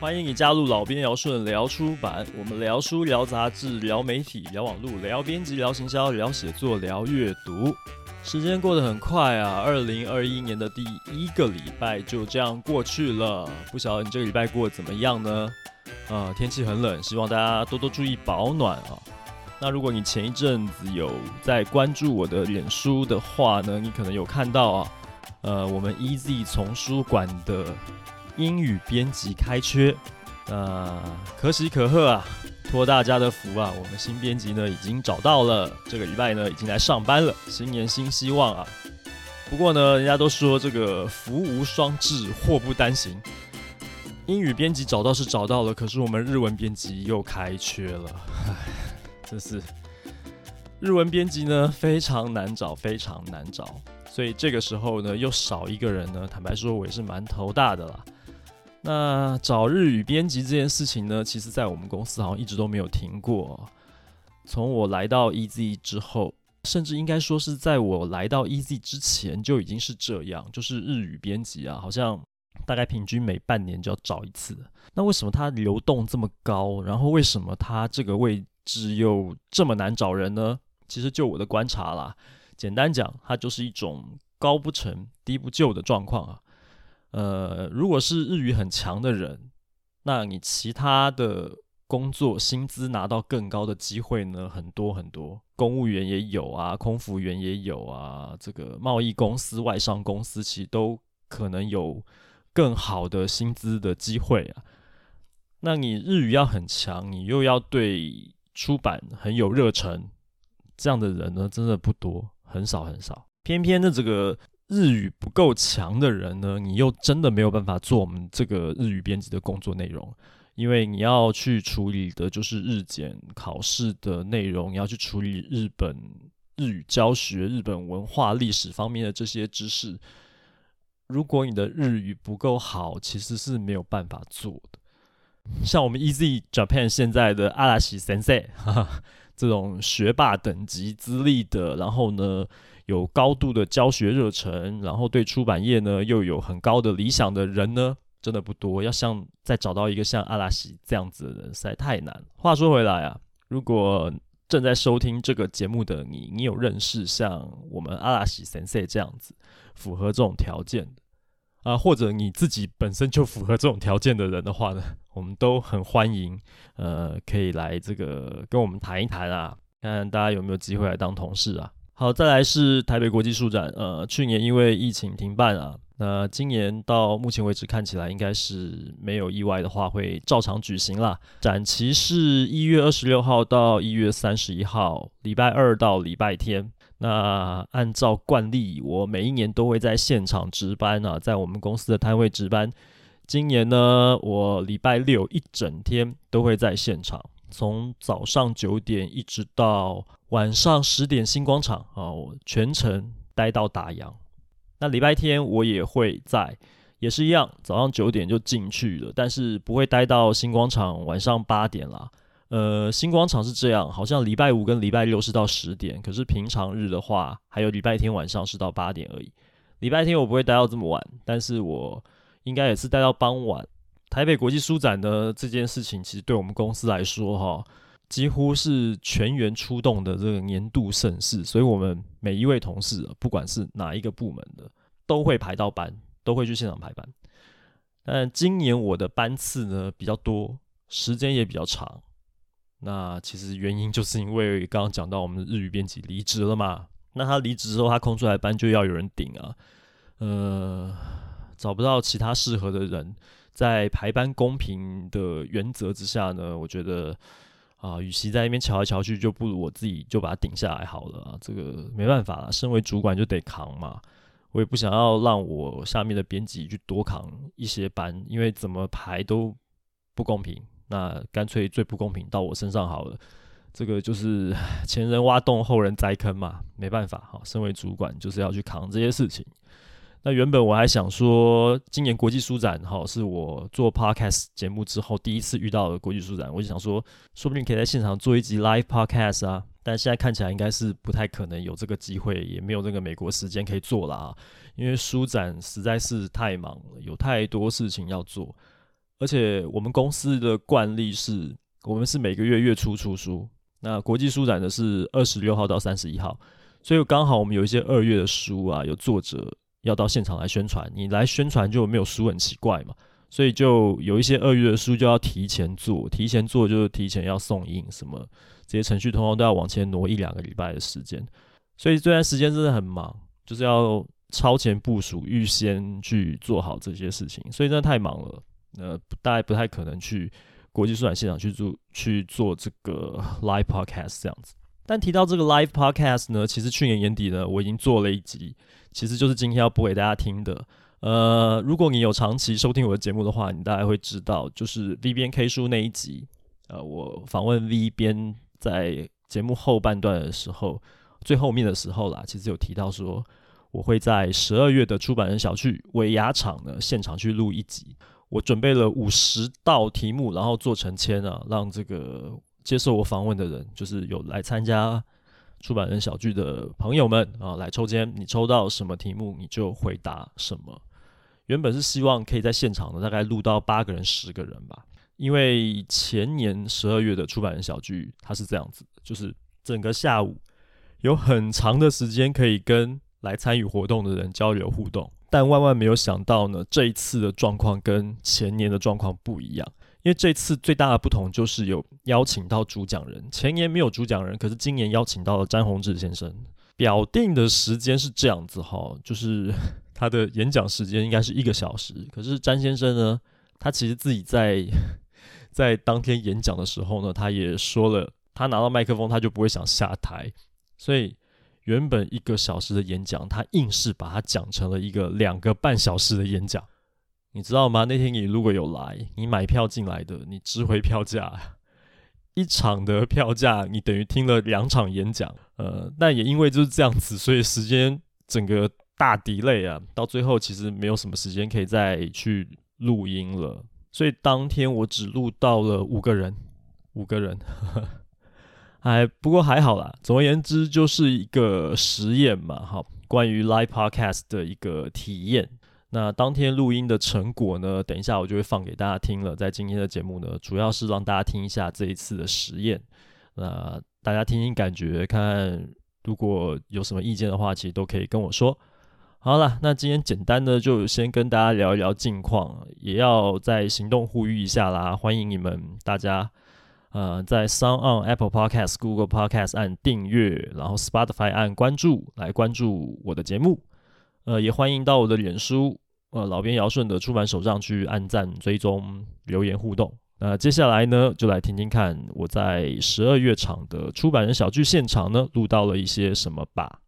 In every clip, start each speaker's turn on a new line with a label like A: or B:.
A: 欢迎你加入老编聊顺聊出版，我们聊书、聊杂志、聊媒体、聊网络、聊编辑、聊行销、聊写作、聊阅读。时间过得很快啊，二零二一年的第一个礼拜就这样过去了。不晓得你这个礼拜过得怎么样呢？呃，天气很冷，希望大家多多注意保暖啊。那如果你前一阵子有在关注我的脸书的话呢，你可能有看到啊，呃，我们 EZ 丛书馆的英语编辑开缺，呃，可喜可贺啊，托大家的福啊，我们新编辑呢已经找到了，这个礼拜呢已经来上班了，新年新希望啊。不过呢，人家都说这个福无双至，祸不单行。英语编辑找到是找到了，可是我们日文编辑又开缺了，唉，真是。日文编辑呢非常难找，非常难找，所以这个时候呢又少一个人呢，坦白说我也是蛮头大的啦。那找日语编辑这件事情呢，其实在我们公司好像一直都没有停过。从我来到 EZ 之后，甚至应该说是在我来到 EZ 之前就已经是这样，就是日语编辑啊，好像大概平均每半年就要找一次。那为什么它流动这么高？然后为什么它这个位置又这么难找人呢？其实就我的观察啦，简单讲，它就是一种高不成低不就的状况啊。呃，如果是日语很强的人，那你其他的工作薪资拿到更高的机会呢，很多很多。公务员也有啊，空服员也有啊，这个贸易公司、外商公司其实都可能有更好的薪资的机会啊。那你日语要很强，你又要对出版很有热忱，这样的人呢，真的不多，很少很少。偏偏呢，这个日语不够强的人呢，你又真的没有办法做我们这个日语编辑的工作内容，因为你要去处理的就是日检考试的内容，你要去处理日本日语教学、日本文化、历史方面的这些知识。如果你的日语不够好，其实是没有办法做的。像我们 Easy Japan 现在的阿拉西先生，哈哈，这种学霸等级资历的，然后呢，有高度的教学热忱，然后对出版业呢又有很高的理想的人呢，真的不多。要像再找到一个像阿拉西这样子的人，实在太难了。话说回来啊，如果正在收听这个节目的你，你有认识像我们阿拉西先生这样子符合这种条件的啊，或者你自己本身就符合这种条件的人的话呢，我们都很欢迎，呃，可以来这个跟我们谈一谈啊，看看大家有没有机会来当同事啊。好，再来是台北国际书展，呃，去年因为疫情停办啊，那今年到目前为止看起来应该是没有意外的话会照常举行啦。展期是一月二十六号到一月三十一号，礼拜二到礼拜天。那按照惯例，我每一年都会在现场值班啊，在我们公司的摊位值班。今年呢，我礼拜六一整天都会在现场，从早上九点一直到晚上十点新广场啊，我全程待到打烊。那礼拜天我也会在，也是一样，早上九点就进去了，但是不会待到新广场晚上八点啦。呃，新广场是这样，好像礼拜五跟礼拜六是到十点，可是平常日的话，还有礼拜天晚上是到八点而已。礼拜天我不会待到这么晚，但是我应该也是待到傍晚。台北国际书展呢这件事情，其实对我们公司来说哈，几乎是全员出动的这个年度盛事，所以我们每一位同事，呃不管是哪一个部门的，都会排到班，都会去现场排班。但今年我的班次呢比较多，时间也比较长。那其实原因就是因为刚刚讲到我们的日语编辑离职了嘛，那他离职之后，他空出来班就要有人顶啊，呃，找不到其他适合的人，在排班公平的原则之下呢，我觉得啊，与其在那边瞧来瞧去，就不如我自己就把它顶下来好了啊，这个没办法啦，身为主管就得扛嘛。我也不想要让我下面的编辑去多扛一些班，因为怎么排都不公平。那干脆最不公平到我身上好了。这个就是唉前人挖洞，后人栽坑嘛，没办法哈。身为主管，就是要去扛这些事情。那原本我还想说，今年国际书展哈是我做 podcast 节目之后第一次遇到的国际书展，我就想说，说不定可以在现场做一集 live podcast 啊。但现在看起来应该是不太可能有这个机会，也没有那个美国时间可以做了啊，因为书展实在是太忙了，有太多事情要做。而且我们公司的惯例是，我们是每个月月初出书。那国际书展的是二十六号到三十一号，所以刚好我们有一些二月的书啊，有作者要到现场来宣传，你来宣传就没有书很奇怪嘛。所以就有一些二月的书就要提前做，提前做就是提前要送印什么，这些程序通通都要往前挪一两个礼拜的时间。所以这段时间真的很忙，就是要超前部署，预先去做好这些事情，所以真的太忙了。呃，不大概不太可能去国际书展现场去做去做这个 live podcast 这样子。但提到这个 live podcast 呢，其实去年年底呢，我已经做了一集，其实就是今天要播给大家听的。呃，如果你有长期收听我的节目的话，你大概会知道，就是 V 边 K 书那一集，呃，我访问 V 边在节目后半段的时候，最后面的时候啦，其实有提到说，我会在十二月的出版人小聚尾牙场呢，现场去录一集。我准备了五十道题目，然后做成签啊，让这个接受我访问的人，就是有来参加出版人小聚的朋友们啊，来抽签。你抽到什么题目，你就回答什么。原本是希望可以在现场的大概录到八个人、十个人吧，因为前年十二月的出版人小聚，它是这样子，就是整个下午有很长的时间可以跟来参与活动的人交流互动。但万万没有想到呢，这一次的状况跟前年的状况不一样，因为这次最大的不同就是有邀请到主讲人，前年没有主讲人，可是今年邀请到了詹宏志先生。表定的时间是这样子哈，就是他的演讲时间应该是一个小时，可是詹先生呢，他其实自己在 在当天演讲的时候呢，他也说了，他拿到麦克风他就不会想下台，所以。原本一个小时的演讲，他硬是把它讲成了一个两个半小时的演讲，你知道吗？那天你如果有来，你买票进来的，你值回票价，一场的票价，你等于听了两场演讲。呃，但也因为就是这样子，所以时间整个大 delay 啊，到最后其实没有什么时间可以再去录音了，所以当天我只录到了五个人，五个人。 呵呵哎，不过还好啦。总而言之，就是一个实验嘛，哈，关于 live podcast 的一个体验。那当天录音的成果呢，等一下我就会放给大家听了。在今天的节目呢，主要是让大家听一下这一次的实验。那大家听听感觉，看如果有什么意见的话，其实都可以跟我说。好了，那今天简单的就先跟大家聊一聊近况，也要在行动呼吁一下啦，欢迎你们大家。呃，在 Sound on Apple Podcast、Google Podcast 按订阅，然后 Spotify 按关注，来关注我的节目。呃，也欢迎到我的脸书，呃，老编尧舜的出版手账去按赞、追踪、留言互动。那、呃、接下来呢，就来听听看我在十二月场的出版人小聚现场呢，录到了一些什么吧。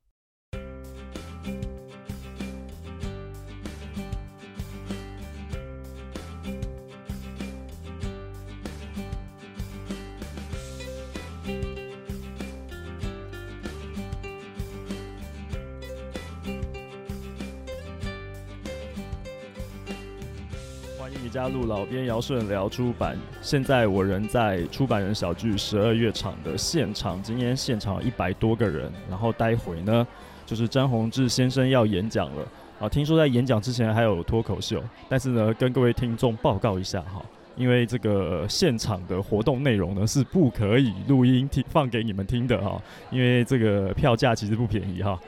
A: 加入老编尧舜聊出版，现在我人在出版人小聚十二月场的现场，今天现场一百多个人，然后待会呢就是詹宏志先生要演讲了啊，听说在演讲之前还有脱口秀，但是呢跟各位听众报告一下哈，因为这个现场的活动内容呢是不可以录音听放给你们听的哈，因为这个票价其实不便宜哈，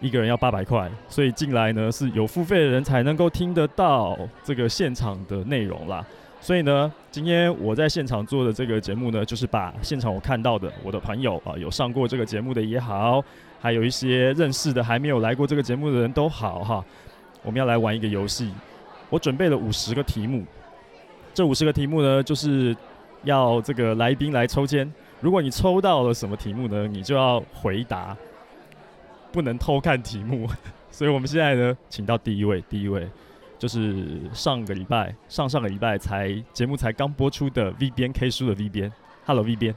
A: 一个人要八百块，所以进来呢是有付费的人才能够听得到这个现场的内容啦。所以呢，今天我在现场做的这个节目呢，就是把现场我看到的我的朋友啊，有上过这个节目的也好，还有一些认识的还没有来过这个节目的人都好哈。我们要来玩一个游戏，我准备了五十个题目，这五十个题目呢，就是要这个来宾来抽签。如果你抽到了什么题目呢，你就要回答。不能偷看题目， 所以我们现在呢，请到第一位，第一位就是上个礼拜、上上个礼拜才节目才刚播出的 V 边 K 书的 V 边，Hello V 边，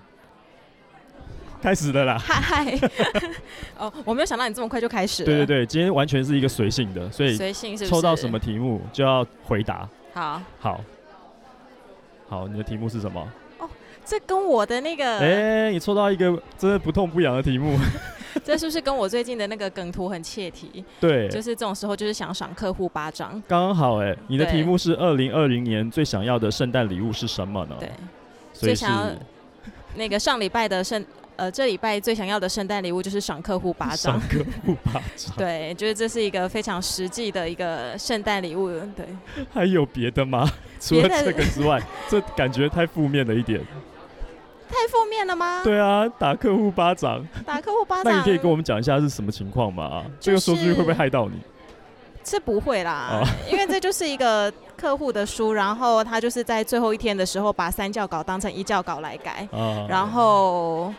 A: 开始的啦。
B: 嗨， 哦，我没有想到你这么快就开始了。
A: 对对对，今天完全是一个随性的，所以
B: 随性是不是
A: 抽到什么题目就要回答。
B: 好，
A: 好，好，你的题目是什么？哎
B: 这跟我的那个，
A: 哎、你抽到一个真的不痛不痒的题目，
B: 这是不是跟我最近的那个梗图很切题？
A: 对，
B: 就是这种时候，就是想赏客户巴掌。
A: 刚好哎、你的
B: 对
A: 题目是二零二零年最想要的圣诞礼物是什么呢？
B: 对，
A: 所以是
B: 最想要那个上礼拜的圣，呃，这礼拜最想要的圣诞礼物就是赏客户巴
A: 上
B: 掌。
A: 个不巴掌，
B: 对，就是这是一个非常实际的一个圣诞礼物。对，
A: 还有别的 吗？除了
B: 别的啊
A: 这个之 外，这感觉太负面了一点。
B: 太负面了吗？，
A: 对啊，打客户巴掌，
B: 打客户巴掌。
A: 那你可以跟我们讲一下是什么情况吗？啊这个说出去会不会害到你？
B: 是不会啦，
A: 哦
B: 因为这就是一个客户的书，然后他就是在最后一天的时候把三教稿当成一教稿来改，
A: 啊，
B: 然后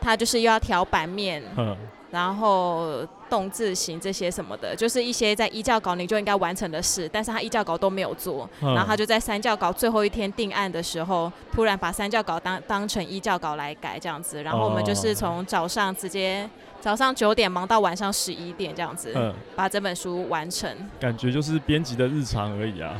B: 他就是又要调版面，
A: 嗯，
B: 然后动字形这些什么的，就是一些在一教稿你就应该完成的事，但是他一教稿都没有做，
A: 嗯
B: 然后他就在三教稿最后一天定案的时候，突然把三教稿当当成一教稿来改这样子，然后我们
A: 哦
B: 就是从早上直接早上九点忙到晚上十一点这样子，
A: 嗯，
B: 把这本书完成。
A: 感觉就是编辑的日常而已啊，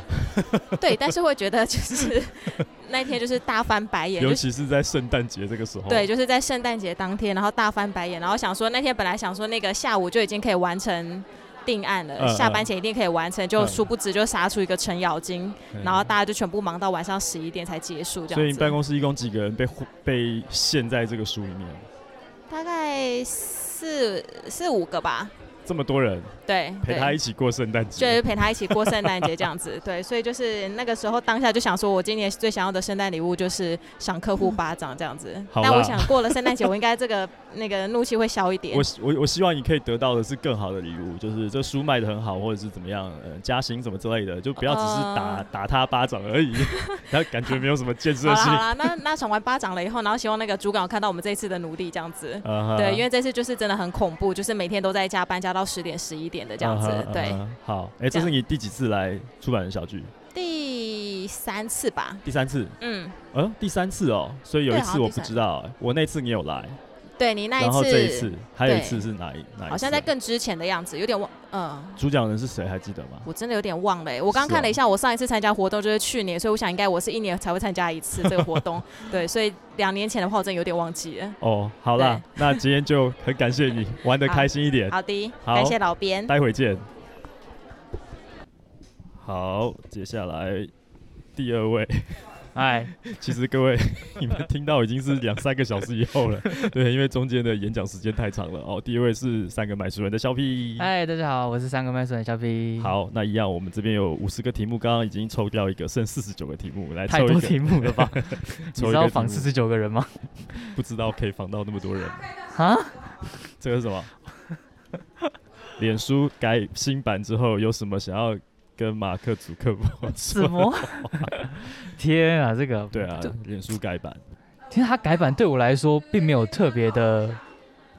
B: 对，但是会觉得就是 那天就是大翻白眼，
A: 尤
B: 就是
A: 其是在圣诞节这个时候。
B: 对，，就是在圣诞节当天，然后大翻白眼，然后想说那天本来想说那个下午就已经可以完成定案了，
A: 嗯嗯
B: 下班前一定可以完成，就
A: 嗯
B: 殊不知就杀出一个程咬金，然后大家就全部忙到晚上十一点才结束这样子。
A: 所以你办公室一共几个人被忽被陷在这个书里面？
B: 大概四四五个吧，
A: 这么多人
B: 对，
A: 陪他
B: 对
A: 一起过圣诞
B: 就
A: 节
B: 是，陪他一起过圣诞节这样子， 对，所以就是那个时候当下就想说，我今年最想要的圣诞礼物就是赏客户巴掌这样子。
A: 好啦
B: 但我想过了圣诞节，我应该这个那个怒气会消一 点
A: 我。希我我希望你可以得到的是更好的礼物，就是这书卖的很好，或者是怎么样，呃，加薪什么之类的，就不要只是打、
B: 呃
A: 打他巴掌 而已，然后感觉没有什么建
B: 好
A: 设
B: 啦
A: 性
B: 好。啦，那那赏完巴掌了以后，然后希望那个主管有看到我们这一次的努力这样子。
A: 啊哈
B: 对，因为这次就是真的很恐怖，就是每天都在加班，加到十点十一点的这样子。
A: 啊哈
B: 对
A: 啊，哈好，哎、这
B: 这样
A: 是你第几次来出版人小聚？
B: 第三次吧，
A: 第三次，
B: 嗯，
A: 呃，第三次哦，所以有一
B: 对好
A: 次
B: 像
A: 我
B: 第
A: 不
B: 三
A: 知道、哎我那次你有来，
B: 对你那
A: 然后这一次，还有一
B: 对
A: 次是哪一哪一次？啊
B: 好像在更之前的样子，有点忘，嗯、
A: 主讲人是谁还记得吗？
B: 我真的有点忘了欸、我刚
A: 是
B: 看了
A: 哦
B: 一下，我上一次参加活动就是去年，所以我想应该我是一年才会参加一次这个活 动。对，所以两年前的话，我真的有点忘记了。
A: 哦，好啦，那今天就很感谢你，玩的开心一点，
B: 好的，
A: 呃好
B: 感谢老编。
A: 待会见。好，接下来第二位，
C: 哎，
A: 其实各位你们听到已经是两三个小时以后了，对，因为中间的演讲时间太长了哦。第一位是三个买书人的肖屁，
C: 嗨，大家好，我是三个麦笋的小 P。，
A: 好，那一样，我们这边有五十个题目，刚刚已经抽掉一个，剩四十九个题目，来
C: 太
A: 抽一
C: 多
A: 个
C: 题，目了吧？你
A: 抽一
C: 知
A: 个
C: 道
A: 题目
C: 仿四十九 个人吗？
A: 不知道可以防到那么多人，
C: 啊，
A: 这个是什么？脸书改新版之后有什么想要跟马克·祖克伯
C: 什
A: 说？
C: 么？天啊，这个
A: 对啊
C: 就，
A: 脸书改版，
C: 其实它改版对我来说并没有特别的，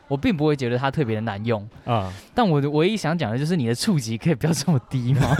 C: 我并不会觉得它特别的难用。
A: 啊，
C: 但我唯一想讲的就是你的触及可以不要这么低 吗？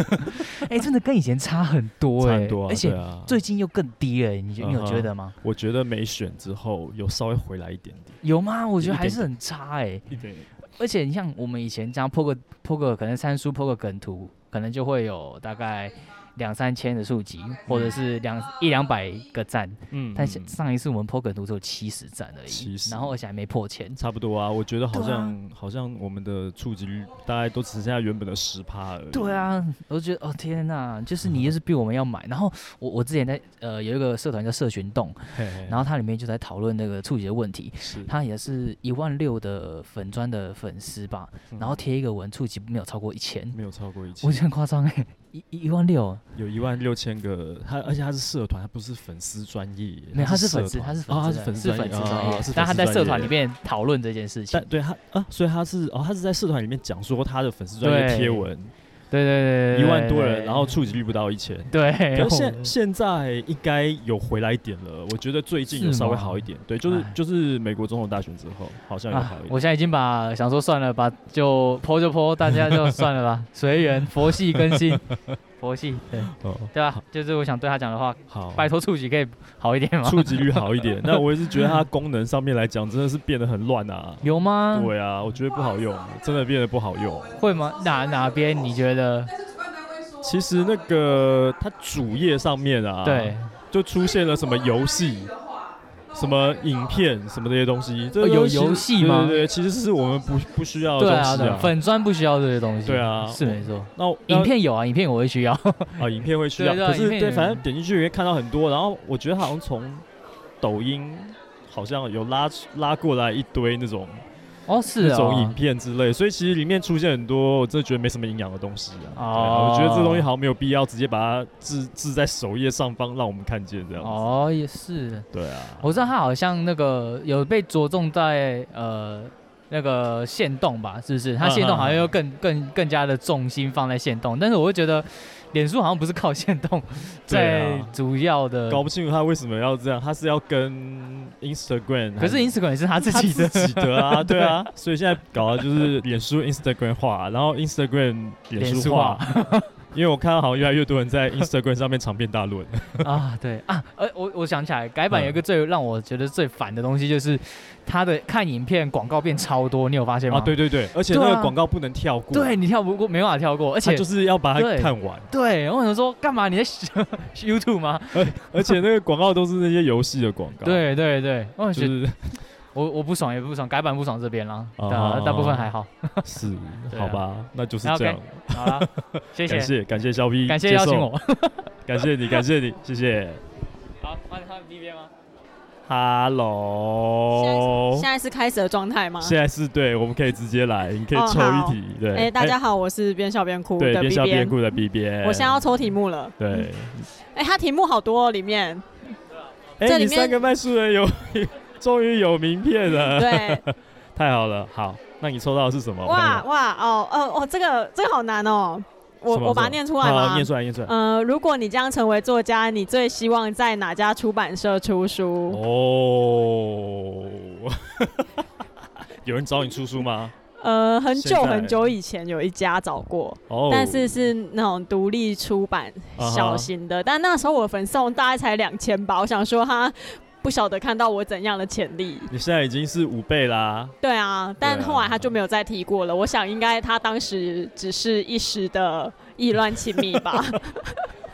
C: 哎，真的跟以前差很多
A: 差
C: 哎，
A: 很多、啊，
C: 而且
A: 对啊，嗯
C: 最近又更低了，你觉你有觉得吗？
A: 我觉得没选之后有稍微回来一点点，
C: 有吗？我觉
A: 一
C: 得还
A: 点
C: 是很差哎。
A: 一点点，
C: 而且你像我们以前这样破个破个可能三叔破个梗图，可能就会有大概两三千的触及，或者是两一两百个赞。
A: 嗯
C: 但是上一次我们破梗图只有七十赞而已，
A: 70
C: 然后而且还没破千。
A: 差不多啊，我觉得好
C: 对啊
A: 像、好像我们的触及率大概都只剩下原本的十趴而已。
C: 对，啊，我就觉得哦天呐，就是你就是逼我们要买。然后我我之前在呃有一个社团叫社群洞，
A: 嘿嘿
C: 然后它里面就在讨论那个触及的问题。
A: 是，
C: 它也是一万六的粉砖的粉丝吧，
A: 嗯
C: 然后贴一个文触及没有超过一千，
A: 没有超过一千
C: 我，觉得很夸张哎、一一一万六，
A: 有一万六千个，他而且他是社团，他不是粉丝专业，
C: 没有，他是
A: 社
C: 粉丝，
A: 团
C: 他是
A: 哦他
C: 粉
A: 是
C: 丝
A: 粉丝专
C: 专，是粉
A: 业
C: 丝
A: 哦
C: 专
A: 哦
C: 业
A: 是，
C: 但他
A: 粉丝
C: 在社
A: 专
C: 团
A: 业
C: 里面讨论这件事情
A: 但。对他啊，所以他是哦，他是在社团里面讲说他的粉丝专业
C: 对
A: 贴文
C: 对对对
A: 一万多人，然后触及率不到一千。
C: 对，
A: 可
C: 然
A: 是
C: 后
A: 现现在应该有回来一点了，我觉得最近有
C: 是
A: 稍微
C: 吗
A: 好一点，对，就是
C: 唉
A: 就是美国总统大选之后，好像有好
C: 啊
A: 一点。
C: 我现在已经把想说算了吧，就泼就泼，大家就算了吧，随缘，佛系更新，佛系，对
A: 哦，
C: 对吧？就是我想对他讲的话，
A: 好，
C: 拜托触及可以好一点吗？
A: 触及率好一点。那我也是觉得它功能上面来讲，真的是变得很乱啊。
C: 有吗？
A: 对啊，我觉得不好用，真的变得不好用。
C: 会吗？哪哪边你觉得？
A: 其实那个它主页上面啊，
C: 对，
A: 就出现了什么游戏，什么影片什么这些东西，这
C: 呃
A: 些
C: 有
A: 东西
C: 游戏吗
A: 对对对，其实是我们不不需要的
C: 对
A: 东
C: 啊，
A: 西
C: 对啊粉砖不需要这些东西，
A: 对啊
C: 是没错。
A: 那我
C: 影片有啊，影片我会需要，
A: 啊，影片会需要，
C: 对对
A: 可
C: 啊
A: 是
C: 影片
A: 对，
C: 也
A: 反正点进去也会看到很多。然后我觉得好像从抖音好像有拉拉过来一堆那种、
C: 哦，是
A: 那
C: 啊、
A: 种影片之类，所以其实里面出现很多我真的觉得没什么营养的东西啊。对啊
C: 哦
A: 我觉得这东西好像没有必要直接把它置置在首页上方让我们看见这样子。
C: 哦，也是。
A: 对啊，
C: 我知道他好像那个有被着重在呃那个线动吧，是不是？他线
A: 嗯
C: 动好像又更更更加的重心放在线动，但是我会觉得脸书好像不是靠线动
A: 对
C: 在
A: 啊
C: 主要的，
A: 搞不清楚他为什么要这样，他是要跟 Instagram
C: 可是
A: 还
C: Instagram 也是他自
A: 他
C: 己的，
A: 自己的啊，对啊，所以现在搞的就是脸书 Instagram 化，然后 Instagram 脸
C: 脸
A: 书
C: 书
A: 化
C: 化，
A: 因为我看到好像越来越多人在 Instagram 上面长篇大论，
C: 啊，对啊，呃，我我想起来，改版
A: 嗯
C: 有一个最让我觉得最烦的东西，就是它的看影片广告变超多，你有发现吗？
A: 啊，对对对，而且
C: 对
A: 那
C: 啊
A: 个广告不能跳过，
C: 对，，你跳不过，没办法跳过，而
A: 他
C: 且
A: 就是要把它
C: 对
A: 看完，
C: 对，我想说干嘛？你在 YouTube 吗？
A: 而且那个广告都是那些游戏的广告，，
C: 对对对，我
A: 就
C: 觉得
A: 是
C: 我我不爽也不爽，改版不爽这边啦，
A: 哦
C: 大大部分还好。
A: 是，
C: 对啊
A: 好吧，那就是
C: 那
A: 这
C: OK，
A: 样，
C: 好啦，谢
A: 感
C: 谢，
A: 谢感谢肖 P，
C: 感谢邀请
A: 接受，
C: 我。
A: 感谢 你，感谢你，谢谢
C: 好，换换 B 啊边吗？
A: ，Hello
D: 现。在是开始的状态吗？
A: 现在是对，我们可以直接来，你可以
D: 哦
A: 抽
D: 好
A: 一题，对，
D: 哎、大家好，我是边笑边哭
A: 对，
D: 的
A: 边
D: B
A: 笑边
D: 边，
A: 哭的哎 B 边。
D: 我现在要抽题目了。
A: 对，
D: 哎、它题目好多哦，里 面
A: 哎、
D: 这里
A: 你
D: 面
A: 三个卖书人有， 终于有名片了，
D: 对，
A: 太好了。好，那你抽到的是什么？我看
D: 哇
A: 看，
D: 哇哦哦哦，这个这个好难哦，我
A: 什么
D: 我把
A: 什么
D: 它念出来
A: 好
D: 吗？
A: 念出来，念出来。
D: 呃，如果你将成为作家，你最希望在哪家出版社出书？
A: 哦， 有人找你出书吗？
D: 呃，很
A: 现
D: 久
A: 在
D: 很久以前有一家找过，
A: 哦，
D: 但是是那种独立出版
A: 啊哈
D: 小型的，但那时候我粉送大概才两千吧，我想说他不晓得看到我怎样的潜力。
A: 你现在已经是五倍啦。
D: 对啊，但后来他就没有再提过了。我想应该他当时只是一时的意乱情迷吧。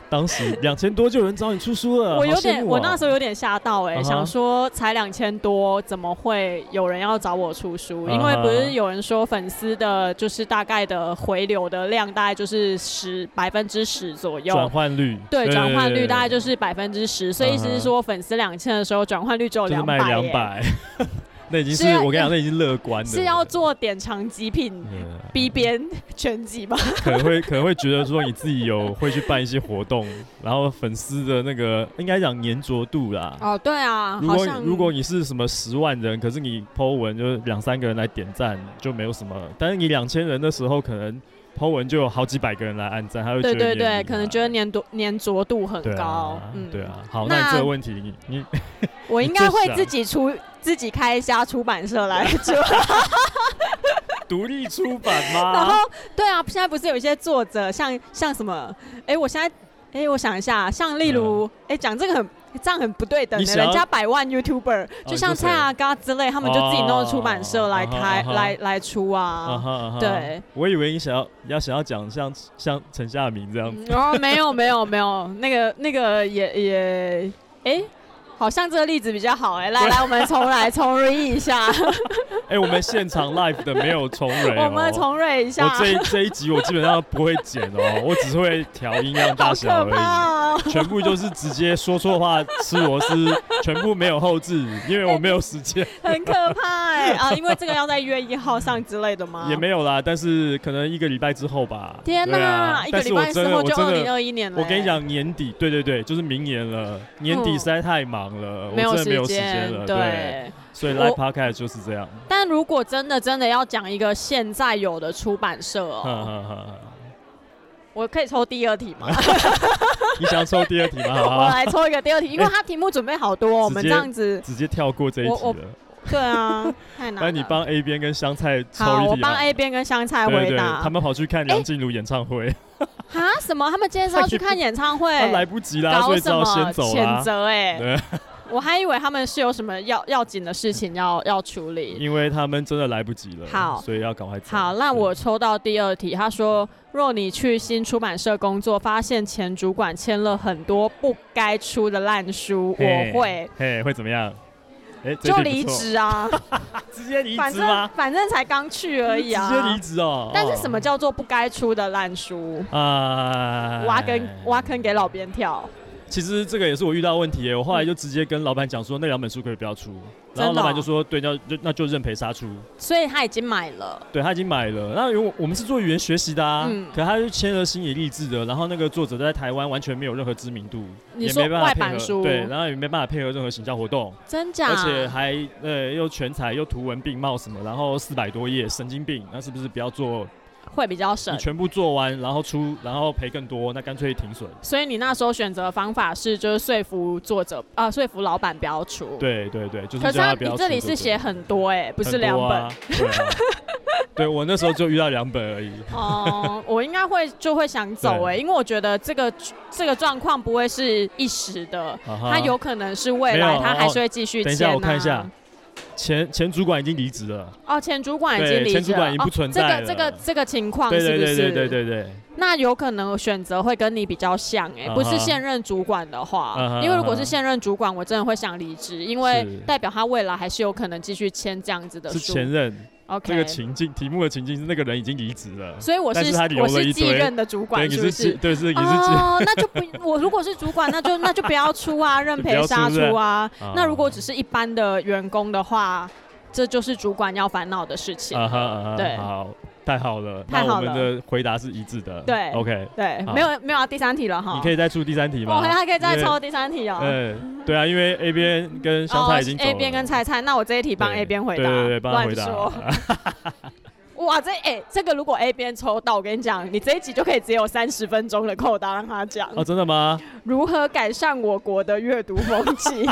A: 当时两千多就有人找你出书了，
D: 我有点，我那时
A: 候
D: 候有点吓到哎、
A: 啊哈
D: 想说才两千多，怎么会有人要找我出书？
A: 啊哈
D: 因为不是有人说粉丝的，就是大概的回流的量大概就是十百分之十左
A: 转
D: 右。
A: 换率，
D: 对，转换率大概就是是百分之十，所以意思
A: 啊哈
D: 是说粉丝两千的时候，转换率只有
A: 就是
D: 两
A: 卖
D: 百、
A: 两，百， 那已经是
D: 是要啊
A: 我跟你讲，那已经乐观的了，
D: 是要做典藏极品
A: 嗯
D: B 边 全集吧？
A: 可能会可能会觉得说你自己有会去办一些活动，然后粉丝的那个应该讲粘着度啦。
D: 哦，对啊，
A: 如
D: 好
A: 果
D: 像
A: 如果你是什么十万人，可是你 Po 文就是两三个人来点赞，就没有什么。但是你两千人的时候，可能 Po 文就有好几百个人来按赞，他会觉
D: 对
A: 得
D: 对
A: 你很
D: 对，
A: 厉害
D: 可能觉得粘度粘着度很
A: 对啊
D: 高，嗯
A: 对啊。好，
D: 那
A: 那你这个问题，你你
D: 我应该
A: 你啊
D: 会
A: 最想
D: 自己出自己开一家出版社 来出。
A: 独立出版
D: 然
A: 吗？
D: 后对啊，现在不是有一些作者，像像什么？哎、我现在哎、我想一下，像例如哎，讲、这个很。这样很不对等
A: 嗯你
D: 的，
A: 想要哦
D: 人家百万 YouTuber，
A: 你说
D: 就像蔡阿嘎之类，他们就自己弄出版社来开、
A: 啊哈啊哈
D: 来来出
A: 啊
D: 啊。
A: 哈 啊哈
D: 对，
A: 我以为你想要要想要讲像像陈夏明这样子，
D: 嗯然后、没有没有没有，那个那个也也，哎、好像这个例子比较好哎、来来，我们重 来重 re 一下，
A: 哎，我们现场 live 的没有重蕊哦，
D: 我们重 re 一下
A: 我。这一这一集我基本上不会剪哦，我只是会调音量大
D: 好
A: 小而
D: 可怕哦！
A: 已，全部就是直接说错话吃螺丝，全部没有后置，因为我没有时 间，
D: 很可怕哎、啊！因为这个要在一月一号上之类的吗？
A: 也。没有啦。但是可能一个礼拜之后吧。
D: 啊天
A: 对啊
D: 一个
A: 但是
D: 礼
A: 我
D: 拜
A: 真
D: 之
A: 的
D: 后
A: 我
D: 就
A: 真
D: 二零
A: 的，
D: 二一年了、欸
A: 我跟你，讲，年底，对对对，就是明年了。年底
D: 嗯
A: 实在太忙了，我
D: 没
A: 真的没
D: 时
A: 有时间了。对，
D: 对。
A: 所以 live
D: 我
A: podcast 就是这样。
D: 但如果真的真的要讲一个现在有的出版社
A: 哈
D: 哦，
A: 哈哈！
D: 我可以抽第二题吗？
A: 你想要抽第二题吗？好
D: 我
A: 啊，
D: 来抽一个第二题，因为
A: 哎
D: 它题目准备好多， 我们
A: 直
D: 这
A: 接
D: 样子，
A: 直接跳过这一
D: 我
A: 题
D: 我
A: 了。
D: 对 啊，太难
A: 那
D: 了。
A: 你帮 A 边跟香菜抽一题
D: 好，我帮
A: 好
D: A 边跟香菜
A: 对
D: 回
A: 对，
D: 答
A: 他。们跑去看梁静茹演唱会，
D: 啊？什么？他们今天是要去看演唱会？
A: 他来不及啦，所
D: 搞
A: 以只
D: 什
A: 好
D: 么
A: 先走啦
D: 谴。责哎、
A: 对
D: 我还以为他们是有什么要要紧的事情要要处理。
A: 因为他们真的来不及了，
D: 好
A: 所以要赶快走。
D: 好，那我抽到第二题，他说：若你去新出版社工作，发现前主管签了很多不该出的烂书，
A: 嘿
D: 我会
A: 嘿会怎么样？哎，这
D: 就
A: 题不
D: 离
A: 错，
D: 职啊，
A: 直接 离
D: 反
A: 职
D: 正
A: 吗？
D: 反正才刚去而已
A: 直接
D: 啊
A: 离。职哦。
D: 但是什么叫做不该出的烂书？
A: 啊？
D: 挖坑挖坑给老编跳，
A: 其实这个也是我遇到的问题耶，我后来就直接跟老板讲说，那两本书可以不要出，
D: 真的哦
A: 然后老板就说，对，那就那就认赔杀出，
D: 所以他已经买了。
A: 对他已经买了。那因为我我们是做语言学习的啊，
D: 嗯
A: 可他就签了心理励志的，然后那个作者在台湾完全没有任何知名度，
D: 你
A: 也
D: 说
A: 没办法
D: 外
A: 配合
D: 版，书，
A: 对，然后也没办法配合任何行销活动，
D: 真假？
A: 而且还呃又全才又图文并茂什么，然后四百多页，神经病，那是不是不要做？
D: 会比较
A: 你
D: 省。
A: 全部做完，然后出，然后赔更多，那干脆停损。
D: 所以你那时候选择的方法是，就是说服作者啊、说服老板不要出。。
A: 对对对，就是
D: 可是
A: 叫
D: 他
A: 他不
D: 你
A: 要
D: 这
A: 出就
D: 里
A: 是对
D: 写很多哎、不是
A: 很多
D: 两本
A: 啊。对啊对我那时候就遇到两本而已。
D: 哦、我应该会就会想走哎、
A: 对
D: 因为我觉得这个这个状况不会是一时的，
A: 啊哈
D: 他有可能是未
A: 没
D: 来
A: 有哦
D: 他还是会继续、啊
A: 等一下，我看一下，前前主管已经离职了。
D: 哦，前主管已
A: 对
D: 经离职了，
A: 前主管已经不存在
D: 哦、
A: 了
D: 这个这个这个情况是
A: 对
D: 不
A: 对
D: 是？
A: 对对对对对，
D: 那有可能选择会跟你比较像哎、
A: 啊哈
D: 不是现任主管的话
A: 啊哈
D: 因为如果是现任主管，我真的会想离职，因为
A: 是
D: 代表他未来还是有可能继续签这样子的
A: 是
D: 书。
A: 前任。
D: OK，
A: 这个情境题目的情境是那个人已经离职了。
D: 所以我
A: 但
D: 是
A: 是他留
D: 我
A: 了
D: 是
A: 一
D: 继
A: 堆
D: 任的主
A: 对，
D: 管，
A: 你
D: 是不
A: 是继
D: 是？
A: 对是你是继
D: 哦，那就不，我如果是主管，那就那 就不要出啊，认
A: 不
D: 赔
A: 要出
D: 杀
A: 是不是
D: 出啊。
A: 啊
D: 那如果只是一般的员工的话，这就是主管要烦恼的事情。
A: 啊哈啊哈
D: 对
A: 好，太好了，
D: 太
A: 那
D: 好
A: 我们
D: 了
A: 的回答是一致的。
D: 对
A: ，OK，
D: 对，
A: 好
D: 没有没有啊，第三题了哈。
A: 你可以再出第三题
D: 哦，
A: 吗？
D: 还还可以再
A: 因为
D: 抽第三题哦。
A: 嗯，对啊，因为 A 边跟香
D: 哦
A: 菜已经走了。
D: A 边跟菜菜，那我这一题帮
A: 对
D: A 边回答，
A: 对对对，帮他回答。
D: 乱说哇，这哎、这个如果 A 边抽到，我跟你讲，你这一集就可以只有三十分钟的扣打让他讲、
A: 哦，真的吗？
D: 如何改善我国的阅读风 气。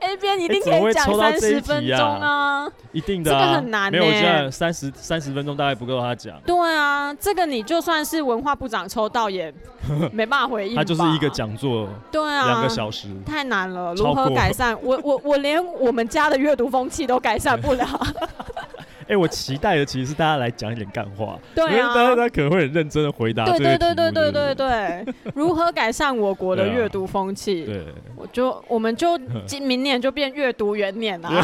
D: A 边一定
A: 哎怎么
D: 可以
A: 会
D: 讲
A: 抽到
D: 三
A: 这一
D: 十
A: 题啊
D: 分钟啊！
A: 一定的、
D: 这
A: 啊，
D: 个很难欸
A: 没有，我
D: 呢
A: 现在三十三十分钟大概不够他讲，
D: 对啊，这个你就算是文化部长抽到也没办法回应 吧，
A: 他就是一个讲座，
D: 对啊，
A: 两、个小时。
D: 太难了，
A: 超
D: 如何
A: 过
D: 改善？我我我连我们家的阅读风气都改善不 了，
A: 哎、我期待的其实是大家来讲一点干话，因
D: 对
A: 为
D: 啊，
A: 大家可能会很认真的回答
D: 对
A: 这
D: 对
A: 个
D: 对对对
A: 对
D: 对对， 如何改善我国的
A: 对啊
D: 阅读风气？
A: 对对
D: 我就我们就今明年就变阅读元年啦、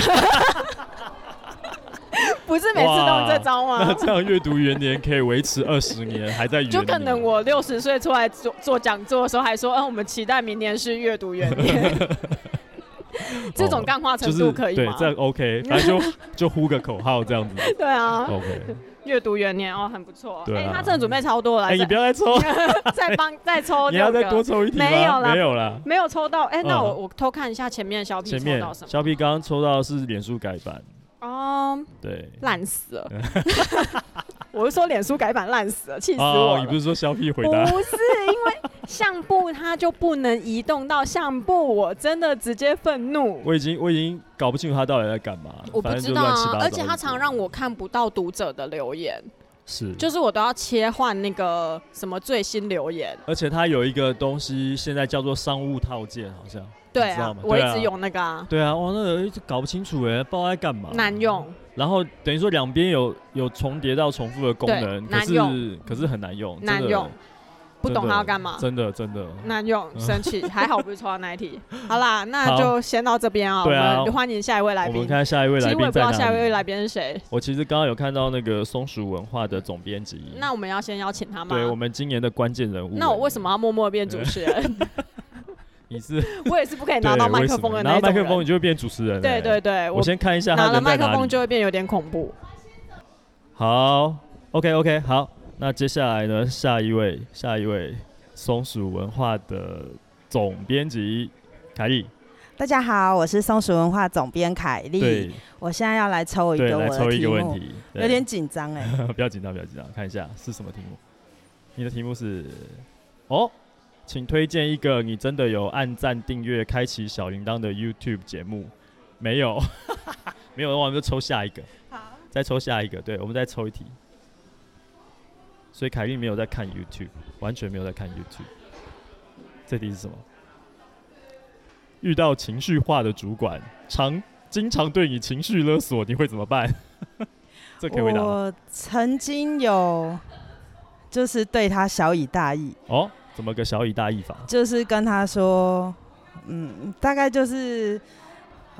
D: 不是每次都有这招
A: 那
D: 吗？
A: 这样阅读元年可以维持二十年，还在元
D: 就
A: 年啊
D: 可能我六十岁出来做做讲座的时候，还说，嗯，我们期待明年是阅读元年。 这种干 话
A: 哦就
D: 程
A: 是
D: 度可以
A: 对
D: 吗？，
A: 这样 OK，反正 就就呼个口号这样子
D: 对啊，
A: OK。
D: 阅读元年哦，很不错。
A: 对啊
D: 哎，他真的准备超多了，
A: 哎、
D: 再
A: 你不要再抽，
D: 再帮再 抽
A: 你要
D: 六
A: 再多
D: 个，
A: 抽一题吗？
D: 没有啦
A: 没有啦。
D: 没有抽到。哎，那
A: 嗯
D: 我我偷看一下前面小 P
A: 前
D: 抽
A: 面
D: 到什么？
A: 小 P 刚刚抽到的是脸书改版，
D: 哦，
A: 对，
D: 烂死了！ 我是说脸书改版烂死了，气死我
A: 哦，
D: 了！哦
A: 你不是说小 P 回
D: 不
A: 答？
D: 是因为相簿它就不能移动到相簿，我真的直接愤怒。
A: 我已经我已经搞不清楚他到底在干嘛，
D: 我不
A: 反正
D: 知
A: 就
D: 道
A: 乱七八
D: 啊
A: 糟，
D: 而且他常让我看不到读者的留言，
A: 是，
D: 就是我都要切换那个什么最新留言。
A: 而且他有一个东西现在叫做商务套件，好像
D: 对
A: 你知道
D: 啊
A: 吗，
D: 我一
A: 对啊
D: 直用那个啊，
A: 对啊，哇，那个就搞不清楚哎，不知道在干嘛，
D: 难。用。
A: 然后等于说两边有有重叠到重复的功能，
D: 对
A: 可
D: 难用
A: 是可是很难用，真的
D: 难用，不懂他要干嘛。
A: 真的真的。
D: 难用，生气，还好不是抽到那一题。好啦，那
A: 好
D: 就先到这边啊，我
A: 对啊
D: 们欢迎下一位来
A: 我
D: 宾
A: 们。看下一位
D: 其
A: 来
D: 实我
A: 宾
D: 也不
A: 在
D: 知道下一
A: 哪
D: 位
A: 里。
D: 来宾是谁，
A: 我其实刚刚有看到那个松鼠文化的总编辑，
D: 那我们要先邀请他
A: 嗯
D: 吗？
A: 对我们今年的关键人物。
D: 那我为什么要默默变主持人？
A: 你是
D: 我也是不可以
A: 对
D: 拿到麦
A: 为
D: 克
A: 什么
D: 风的
A: 拿
D: 那
A: 到麦
D: 种
A: 克
D: 人。
A: 风你就会变主持人欸。
D: 对对对，
A: 我先看一下他
D: 拿了
A: 人在
D: 麦克
A: 哪
D: 风
A: 里
D: 就会变有点恐 怖。
A: 好，OK OK，好，那接下来呢，下一位，下一位松鼠文化的总编辑凯莉，
E: 大家好，我是松鼠文化总编凯
A: 对
E: 丽。我现在要来抽一
A: 对，
E: 个我
A: 来
E: 的
A: 抽一
E: 题
A: 个问
E: 目，
A: 题，对
E: 有点紧张哎。
A: 不要紧张，不要紧张，看一下是什么题目。你的题目是哦，请推荐一个你真的有按赞、订阅、开启小铃铛的 YouTube 节目。没有， 没有的话我们就抽下一个，再抽下一个，对，我们再抽一题。所以凯莉没有在看 YouTube，完全没有在看 YouTube。这题是什么？遇到情绪化的主管，常经常对你情绪勒索，你会怎么办？ 这 可以回答吗？
E: 我曾经有，就是对他小以大义，
A: 哦，怎么个小以大义法？
E: 就是跟他说，嗯，大概就是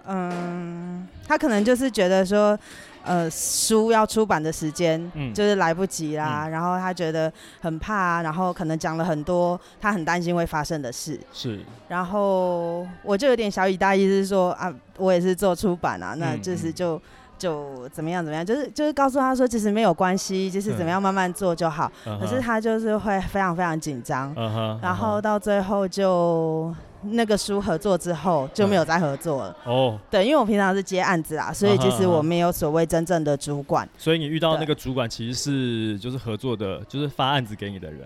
E: 嗯，他可能就是觉得说，呃，书要出版的时间
A: 嗯
E: 就是来不及啦，然后他觉得很怕、啊，然后可能讲了很多他很担心会发生的事，
A: 是
E: 然后我就有点小以大意，是说啊，我也是做出版啊，那
A: 嗯
E: 就是
A: 嗯
E: 就。就怎么样怎么样，就是就是告诉他说，其实没有关系，就是怎么样慢慢做就好。可
A: 可
E: 是他就是会非常非常紧张，
A: 嗯哼，
E: 然后
A: 嗯
E: 到最后就那个书合作之后就没有再合作了。
A: 哼哦，
E: 对，因嗯为我平常是接案子啦，所以其
A: 啊哈
E: 实
A: 啊哈
E: 我没有所谓真正的主管。
A: 所以你遇到
E: 对
A: 那个主管其实是就是合作的，就是发案子给你的人，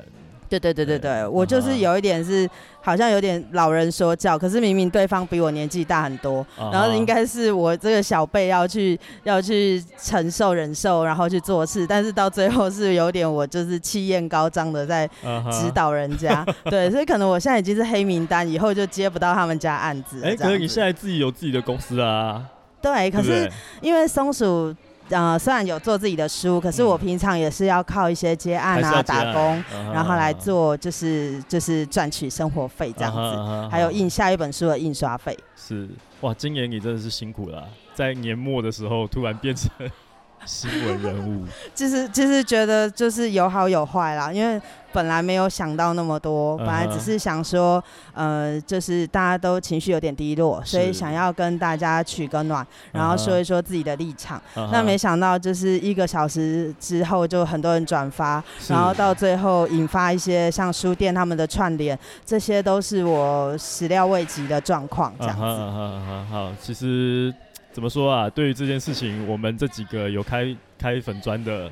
E: 对对对对嗯
A: 对
E: 对，我就
A: 啊哈
E: 是有一点是好像有点老人说教，可是明明对方比我年纪大很多，
A: 哦啊
E: 然后应该是我这个小辈要去要去承受忍受，然后去做事，但是到最后是有点我就是气焰高涨的在指
A: 知。
E: 导人家，对，所以可能我现在已经是黑名单，以后就接不到他们家案子了。
A: 哎，
E: 这
A: 可
E: 样
A: 是你
E: 子
A: 现在自己有自己的公司啊，
E: 对，可
A: 对不
E: 是
A: 对
E: 因为松鼠。呃，虽然有做自己的书，可是
A: 嗯
E: 我平常也是要靠一些接案
A: 还是要
E: 啊、
A: 接案
E: 打工，
A: 嗯哼
E: 然后来做就是就是赚取生活费这样
A: 嗯哼
E: 子，
A: 嗯哼
E: 还有
A: 嗯
E: 印下一本书的印刷费。
A: 是哇，今年你真的是辛苦了啊、在年末的时候突然变成 新闻人物，
E: 就是就是觉得就是有好有坏啦，因为本来没有想到那么多，
A: 嗯哼
E: 本来只是想说，呃，就是大家都情绪有点低落，所以
A: 是嗯
E: 想要跟大家取个暖，然后说一说自己的立场。
A: 嗯哼
E: 那没想到就是一个小时之后就很多人转发，
A: 是
E: 然后到最后引发一些像书店他们的串联，这些都是我始料未及的状况，这样
A: 嗯哼
E: 子。
A: 嗯哼嗯哼好，其实怎么说啊？对于这件事情，我们这几个有开开粉砖的，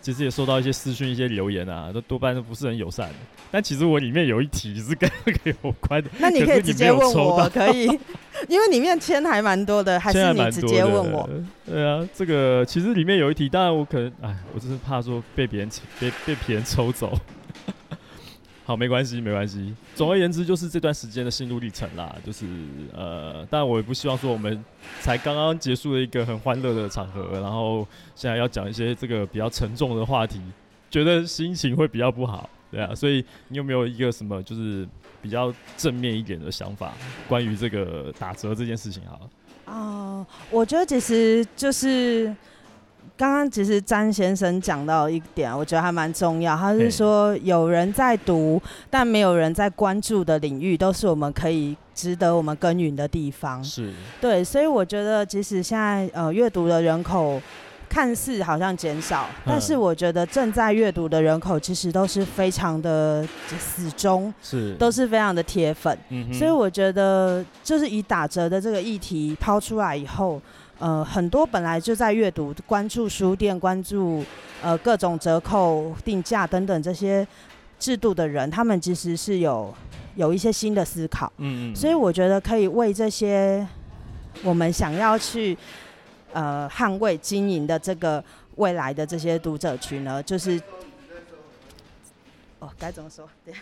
A: 其实也收到一些私讯、一些留言啊，都多半都不是很友善。但其实我里面有一题是跟 这个有关的，
E: 那你
A: 嗯可
E: 可
A: 是
E: 以
A: 你
E: 直
A: 没
E: 接
A: 有
E: 问
A: 抽
E: 我
A: 到，
E: 可以， 因为里面签还蛮多的，还
A: 现在
E: 是
A: 蛮
E: 你
A: 多
E: 直接
A: 的
E: 问我。。
A: 对啊，这个其实里面有一题，当然我可能，哎，我真是怕说被别人被被别人抽走。 好，没关系，没关系。总而言之，就是这段时间的心路历程啦，就是呃，但我也不希望说我们才刚刚结束了一个很欢乐的场合，然后现在要讲一些这个比较沉重的话题，觉得心情会比较不好，对啊。所以你有没有一个什么就是比较正面一点的想法，关于这个打折这件事情？好了，
E: 哦，我觉得其实就是刚刚其实詹先生讲到一点，啊我觉得还蛮重要。他
A: 嘿
E: 是说有人在读，但没有人在关注的领域，都是我们可以值得我们耕耘的地方。
A: 是，
E: 对，所以我觉得即使现在呃阅读的人口。看似好像减少，但是
A: 嗯
E: 我觉得正在阅读的人口其实都是非常的死忠，
A: 是，
E: 都是非常的铁粉。
A: 嗯哼，
E: 所以我觉得，就是以打折的这个议题抛出来以后，呃，很多本来就在阅读、关注书店、关注呃各种折扣、定价等等这些制度的人，他们其实是有有一些新的思考。
A: 嗯嗯，
E: 所以我觉得可以为这些我们想要去呃捍卫经营的这个未来的这些读者群呢，就是哦该怎么说？ 对，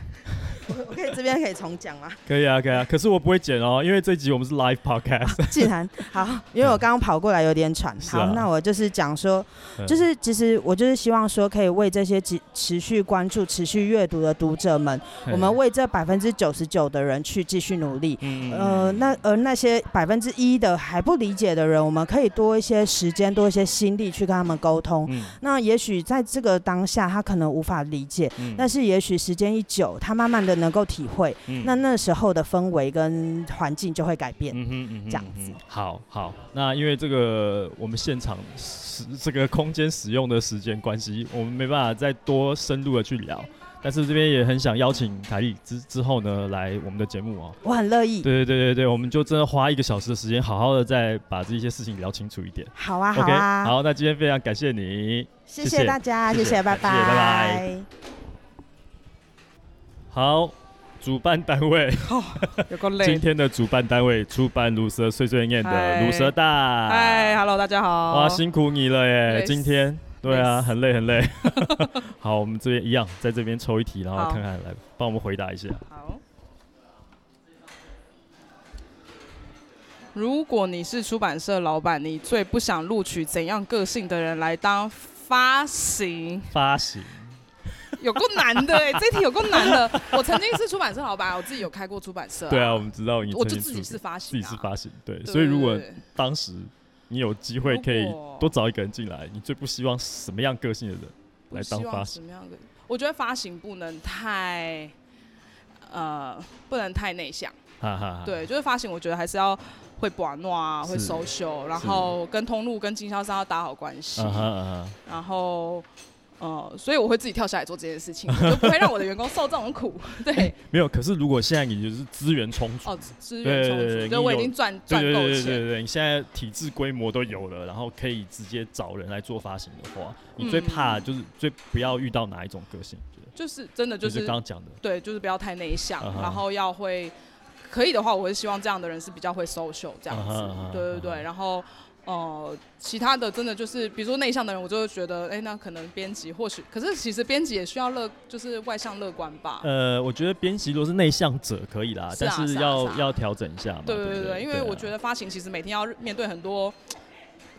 E: 我我可以这边可以重讲吗？
A: 可以啊，可以啊。可是我不会剪哦，因为这集我们是 live podcast，
E: 竟 然好，因为我刚刚跑过来有点喘。
A: 是
E: 好，
A: 啊
E: 那我就是讲说，
A: 嗯
E: 就是其实我就是希望说，可以为这些持持续关注、持续阅读的读者们，我们为这百分之九十九的人去继续努 力。
A: 嗯
E: 呃，那而那些百分之一的还不理解的人，我们可以多一些时间、多一些心力去跟他们沟通。
A: 嗯
E: 那也许在这个当下，他可能无法理解，
A: 嗯
E: 但是也许时间一久，他慢慢的能够体会，
A: 嗯
E: 那那时候的氛围跟环境就会改变。
A: 嗯哼嗯哼
E: 这样
A: 嗯哼
E: 子
A: 好好，那因为这个我们现场使这个空间使用的时间关系，我们没办法再多深入的去聊。但是这边也很想邀请凯莉之之后呢来我们的节目哦。
E: 我很乐意。
A: 对对对对对，我们就真的花一个小时的时间，好好的再把这些事情聊清楚一点。
E: 好啊，好
A: OK，
E: 啊，
A: 好，那今天非常感谢你。
E: 谢
A: 谢
E: 谢
A: 谢
E: 大家，
A: 谢
E: 谢
A: 谢
E: 谢，拜
A: 谢谢拜拜。好，主办单位，
F: 有够
A: 今
F: 累。
A: 天的主办单位出版《卤蛇碎碎念》的
F: 嗨
A: 卤蛇大，
F: 嗨，Hello，大家好。
A: 啊哇，辛苦你了耶，
F: 累死
A: 今天。对啊，
F: 累死
A: 很累很累。 好，我们这边一样，在这边抽一题，然后
F: 好
A: 看看来帮我们回答一下。
F: 好。如果你是出版社老板，你最不 想 录取怎样个性的人来当发行？
A: 发行
F: 有够难的哎、这题有够难的。我曾经是出版社老板，我自己有开过出版社、
A: 对啊，我，们知道你
F: 我就
A: 曾经
F: 自己
A: 出
F: 是发行、
A: 自
F: 啊，
A: 己是发行，对，
F: 对
A: 所以如果
F: 对对对
A: 当时你有机会可以
F: 如果
A: 多找一个人进来，你最不希望什么样个性的人来当
F: 我希
A: 发
F: 望
A: 行？
F: 什么样的？我觉得发行不能太，呃，不能太内向。
A: 哈哈哈，
F: 对，就是发行，我觉得还是要会把诺啊，会
A: 啊是
F: social，然后跟通路、跟经销商要打好关系，
A: 啊哈啊哈，
F: 然后。呃，所以我会自己跳下来做这件事情，我就不会让我的员工受这种苦。 对，
A: 没有。可是如果现在你就是资源充足，
F: 哦，资
A: 对
F: 源
A: 对
F: 充
A: 对
F: 足，
A: 对
F: 就我已
A: 你有
F: 经赚
A: 对
F: 赚
A: 对
F: 够
A: 对对
F: 钱
A: 对，对，你现在体制规模都有了，然后可以直接找人来做发行的话，你最怕
F: 嗯
A: 就是最不要遇到哪一种个性？你觉得
F: 就是真的就
A: 就是
F: 是
A: 刚刚讲的，
F: 对，就是不要太内向
A: 啊哈
F: 然后要会，可以的话，我会希望这样的人是比较会 social 这样
A: 啊
F: 子
A: 哈啊哈
F: 对对
A: 啊
F: 对。
A: 哈
F: 然后，呃，其他的真的就是，比如说内向的人，我就会觉得，哎、那可能编辑或许，可是其实编辑也需要乐，就是外向乐观吧。
A: 呃，我觉得编辑如果是内向者可以啦，
F: 啊是啊
A: 但是
F: 是啊
A: 要
F: 是啊
A: 要调整一下嘛。
F: 对
A: 对
F: 对
A: 不
F: 对，
A: 对，啊
F: 因为我
A: 得。
F: 觉得发行其实每天要面对很多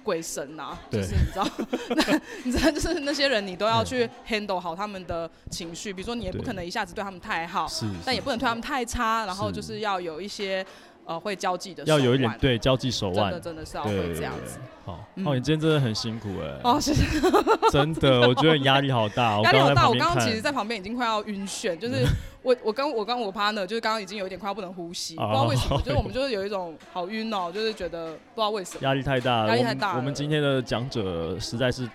F: 鬼神呐、
A: 对
F: 就是你知道， 那你知道就是那些人，你都要去 handle 好他们的情绪，比如说你也不
A: 嗯对
F: 可能一下子对他们太好，
A: 是，
F: 但也不能对他们太差，然后就是是要有一些呃会交际的手
A: 要
F: 腕，
A: 有一点对交际手
F: 真
A: 腕
F: 的，真的是要
A: 对
F: 会这样子。。
A: 好，
F: 嗯
A: 哦，你今天真的很辛苦哎，
F: 哦，谢谢。
A: 真的，我觉得你压力好大，我
F: 压力
A: 刚刚
F: 好
A: 在
F: 大，
A: 旁
F: 我
A: 边
F: 刚刚其实
A: 看，
F: 在旁边已经快要晕眩，就是 我我跟我跟我 partner 就是刚刚已经有一点快要不能呼吸，
A: 哦
F: 不知道为什么，就是我
A: 哎呦
F: 们就是有一种好晕哦，就是觉得不知道为什么
A: 压力太大了，
F: 压力
A: 我
F: 太
A: 们
F: 大
A: 我们
F: 了
A: 今天的讲者实在是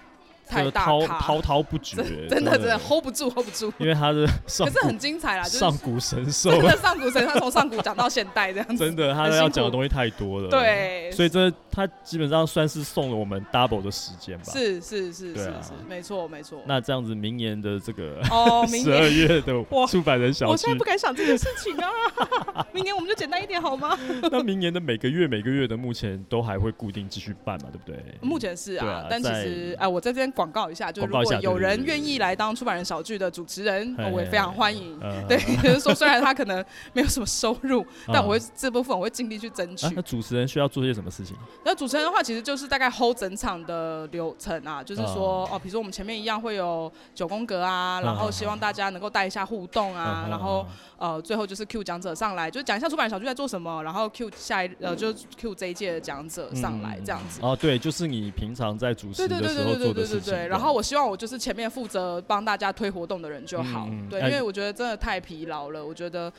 A: 这
F: 太
A: 个
F: 大
A: 滔
F: 咖，
A: 滔滔不绝，
F: 真的真的 hold 不住 hold 不住，
A: 因为他的上
F: 可是很
A: 古
F: 精彩啦，就是
A: 上古 神兽
F: 真，的上古神，他从上古讲到现代这样子，
A: 真的，他
F: 很
A: 要
F: 辛
A: 讲的
F: 苦
A: 东西太多了，，
F: 对，
A: 所以这他基本上算是送了我们 double 的时间吧。
F: 是是是是
A: 对啊
F: 是，没错没错。
A: 那这样子，明年的这个
F: 哦，明
A: 十
F: 年
A: 二月的
F: 哇
A: 出版人小
F: 我
A: 聚
F: 现在，不敢想这件事情啊！明年我们就简单一点好吗？
A: 那明年的每个月每个月的目前都还会固定继续办嘛，对不对？
F: 目前是
A: 对
F: 啊，
A: 啊
F: 但其实
A: 在
F: 哎、我在这边广告一下，就
A: 广
F: 如
A: 告一
F: 果
A: 下
F: 有
A: 对
F: 人
A: 对对
F: 愿意来当出版人小聚的主持人，
A: 嘿
F: 我也非常欢迎。
A: 呃
F: 对，就是 说虽然他可能没有什么收入，但我会
A: 啊
F: 这部分我会尽力去争取
A: 啊。那主持人需要做些什么事情？
F: 那主持人的话，其实就是大概 hold 整场的流程啊，就是说
A: 嗯
F: 哦，比如说我们前面一样会有九宫格啊，然后
A: 嗯
F: 希望大家能够带一下互动啊，然后呃，最后就是 Q 讲者上来，就讲一下出版小区在做什么，然后 Q 下一呃，就是 Q 这一届的讲者上来这样子。
A: 嗯哦，对，就是你平常在主持
F: 对对
A: 的时
F: 对对
A: 候
F: 对
A: 做
F: 对
A: 的
F: 对
A: 事
F: 对
A: 情。
F: 对，然后我希望我就是前面负责帮大家推活动的人就好，
A: 嗯嗯嗯
F: 对，
A: 哎
F: 因为我觉得真的太疲劳了，我觉得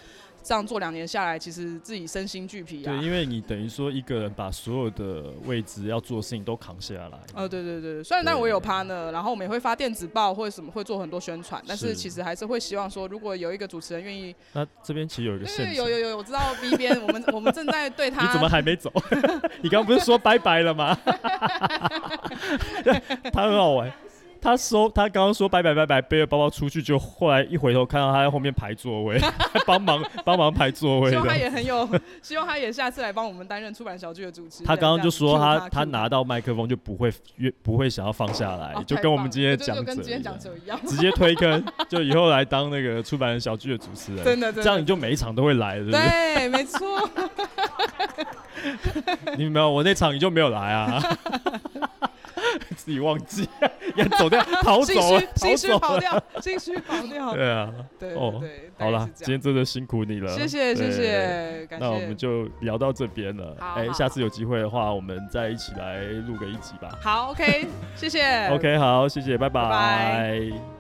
F: 这样做两年下来，其实自己身心俱疲啊
A: 对，。因为你等于说一个人把所有的位置要做的事情都扛下来。
F: 呃，对对对，虽然当然我有
A: 对
F: partner，然后我们也会发电子报或者什么，会做很多宣传，但
A: 是
F: 是其实还是会希望说，如果有一个主持人愿意，
A: 那这边其实有一个
F: 对
A: 陷
F: 对
A: 阱
F: 有，有有，我知道 B 边，我们我们正在对
A: 你怎么
F: 他，
A: 还没走？ 你刚刚不是说拜拜了吗？ 他很好玩。他收，他刚刚说拜拜拜拜，背着包包出去，就后来一回头看到他在后面排座位， 帮忙帮忙排座位
F: 希望他
A: 的。
F: 也很有， 希望他也下次来帮我们担任出版小剧的主持人。
A: 他刚刚就说
F: 这样 cue
A: 他
F: 他
A: 他
F: cue
A: 拿到麦克风就不会越不会想要放下来
F: 哦，
A: 就
F: 太
A: 跟我
F: 棒
A: 们
F: 了
A: 今天
F: 对就
A: 讲
F: 跟今天
A: 者
F: 讲者一样，
A: 直接推坑，就以后来当那个出版人小剧的主持人，
F: 真的真
A: 这
F: 的
A: 样你就每一场都会来，对不对？
F: 对，没 错，
A: 你没有，我那场你就没有来啊， 自己忘记，也走掉，逃
F: 心
A: 走了
F: 虚，
A: 逃
F: 心虚
A: 走
F: 跑
A: 了，
F: 掉，心虚跑掉，
A: 对啊，
F: 对
A: 哦
F: 对对，
A: 好
F: 了
A: 啦，，今天真的辛苦你了，
F: 谢谢
A: 对
F: 谢。谢，感谢，
A: 那我们就聊到这边了，
F: 好
A: 哎，
F: 好
A: 下次有机会的话，我们再一起来录个一集吧。
F: 好，OK，谢谢
A: OK，好，谢谢，拜
F: 拜
A: 拜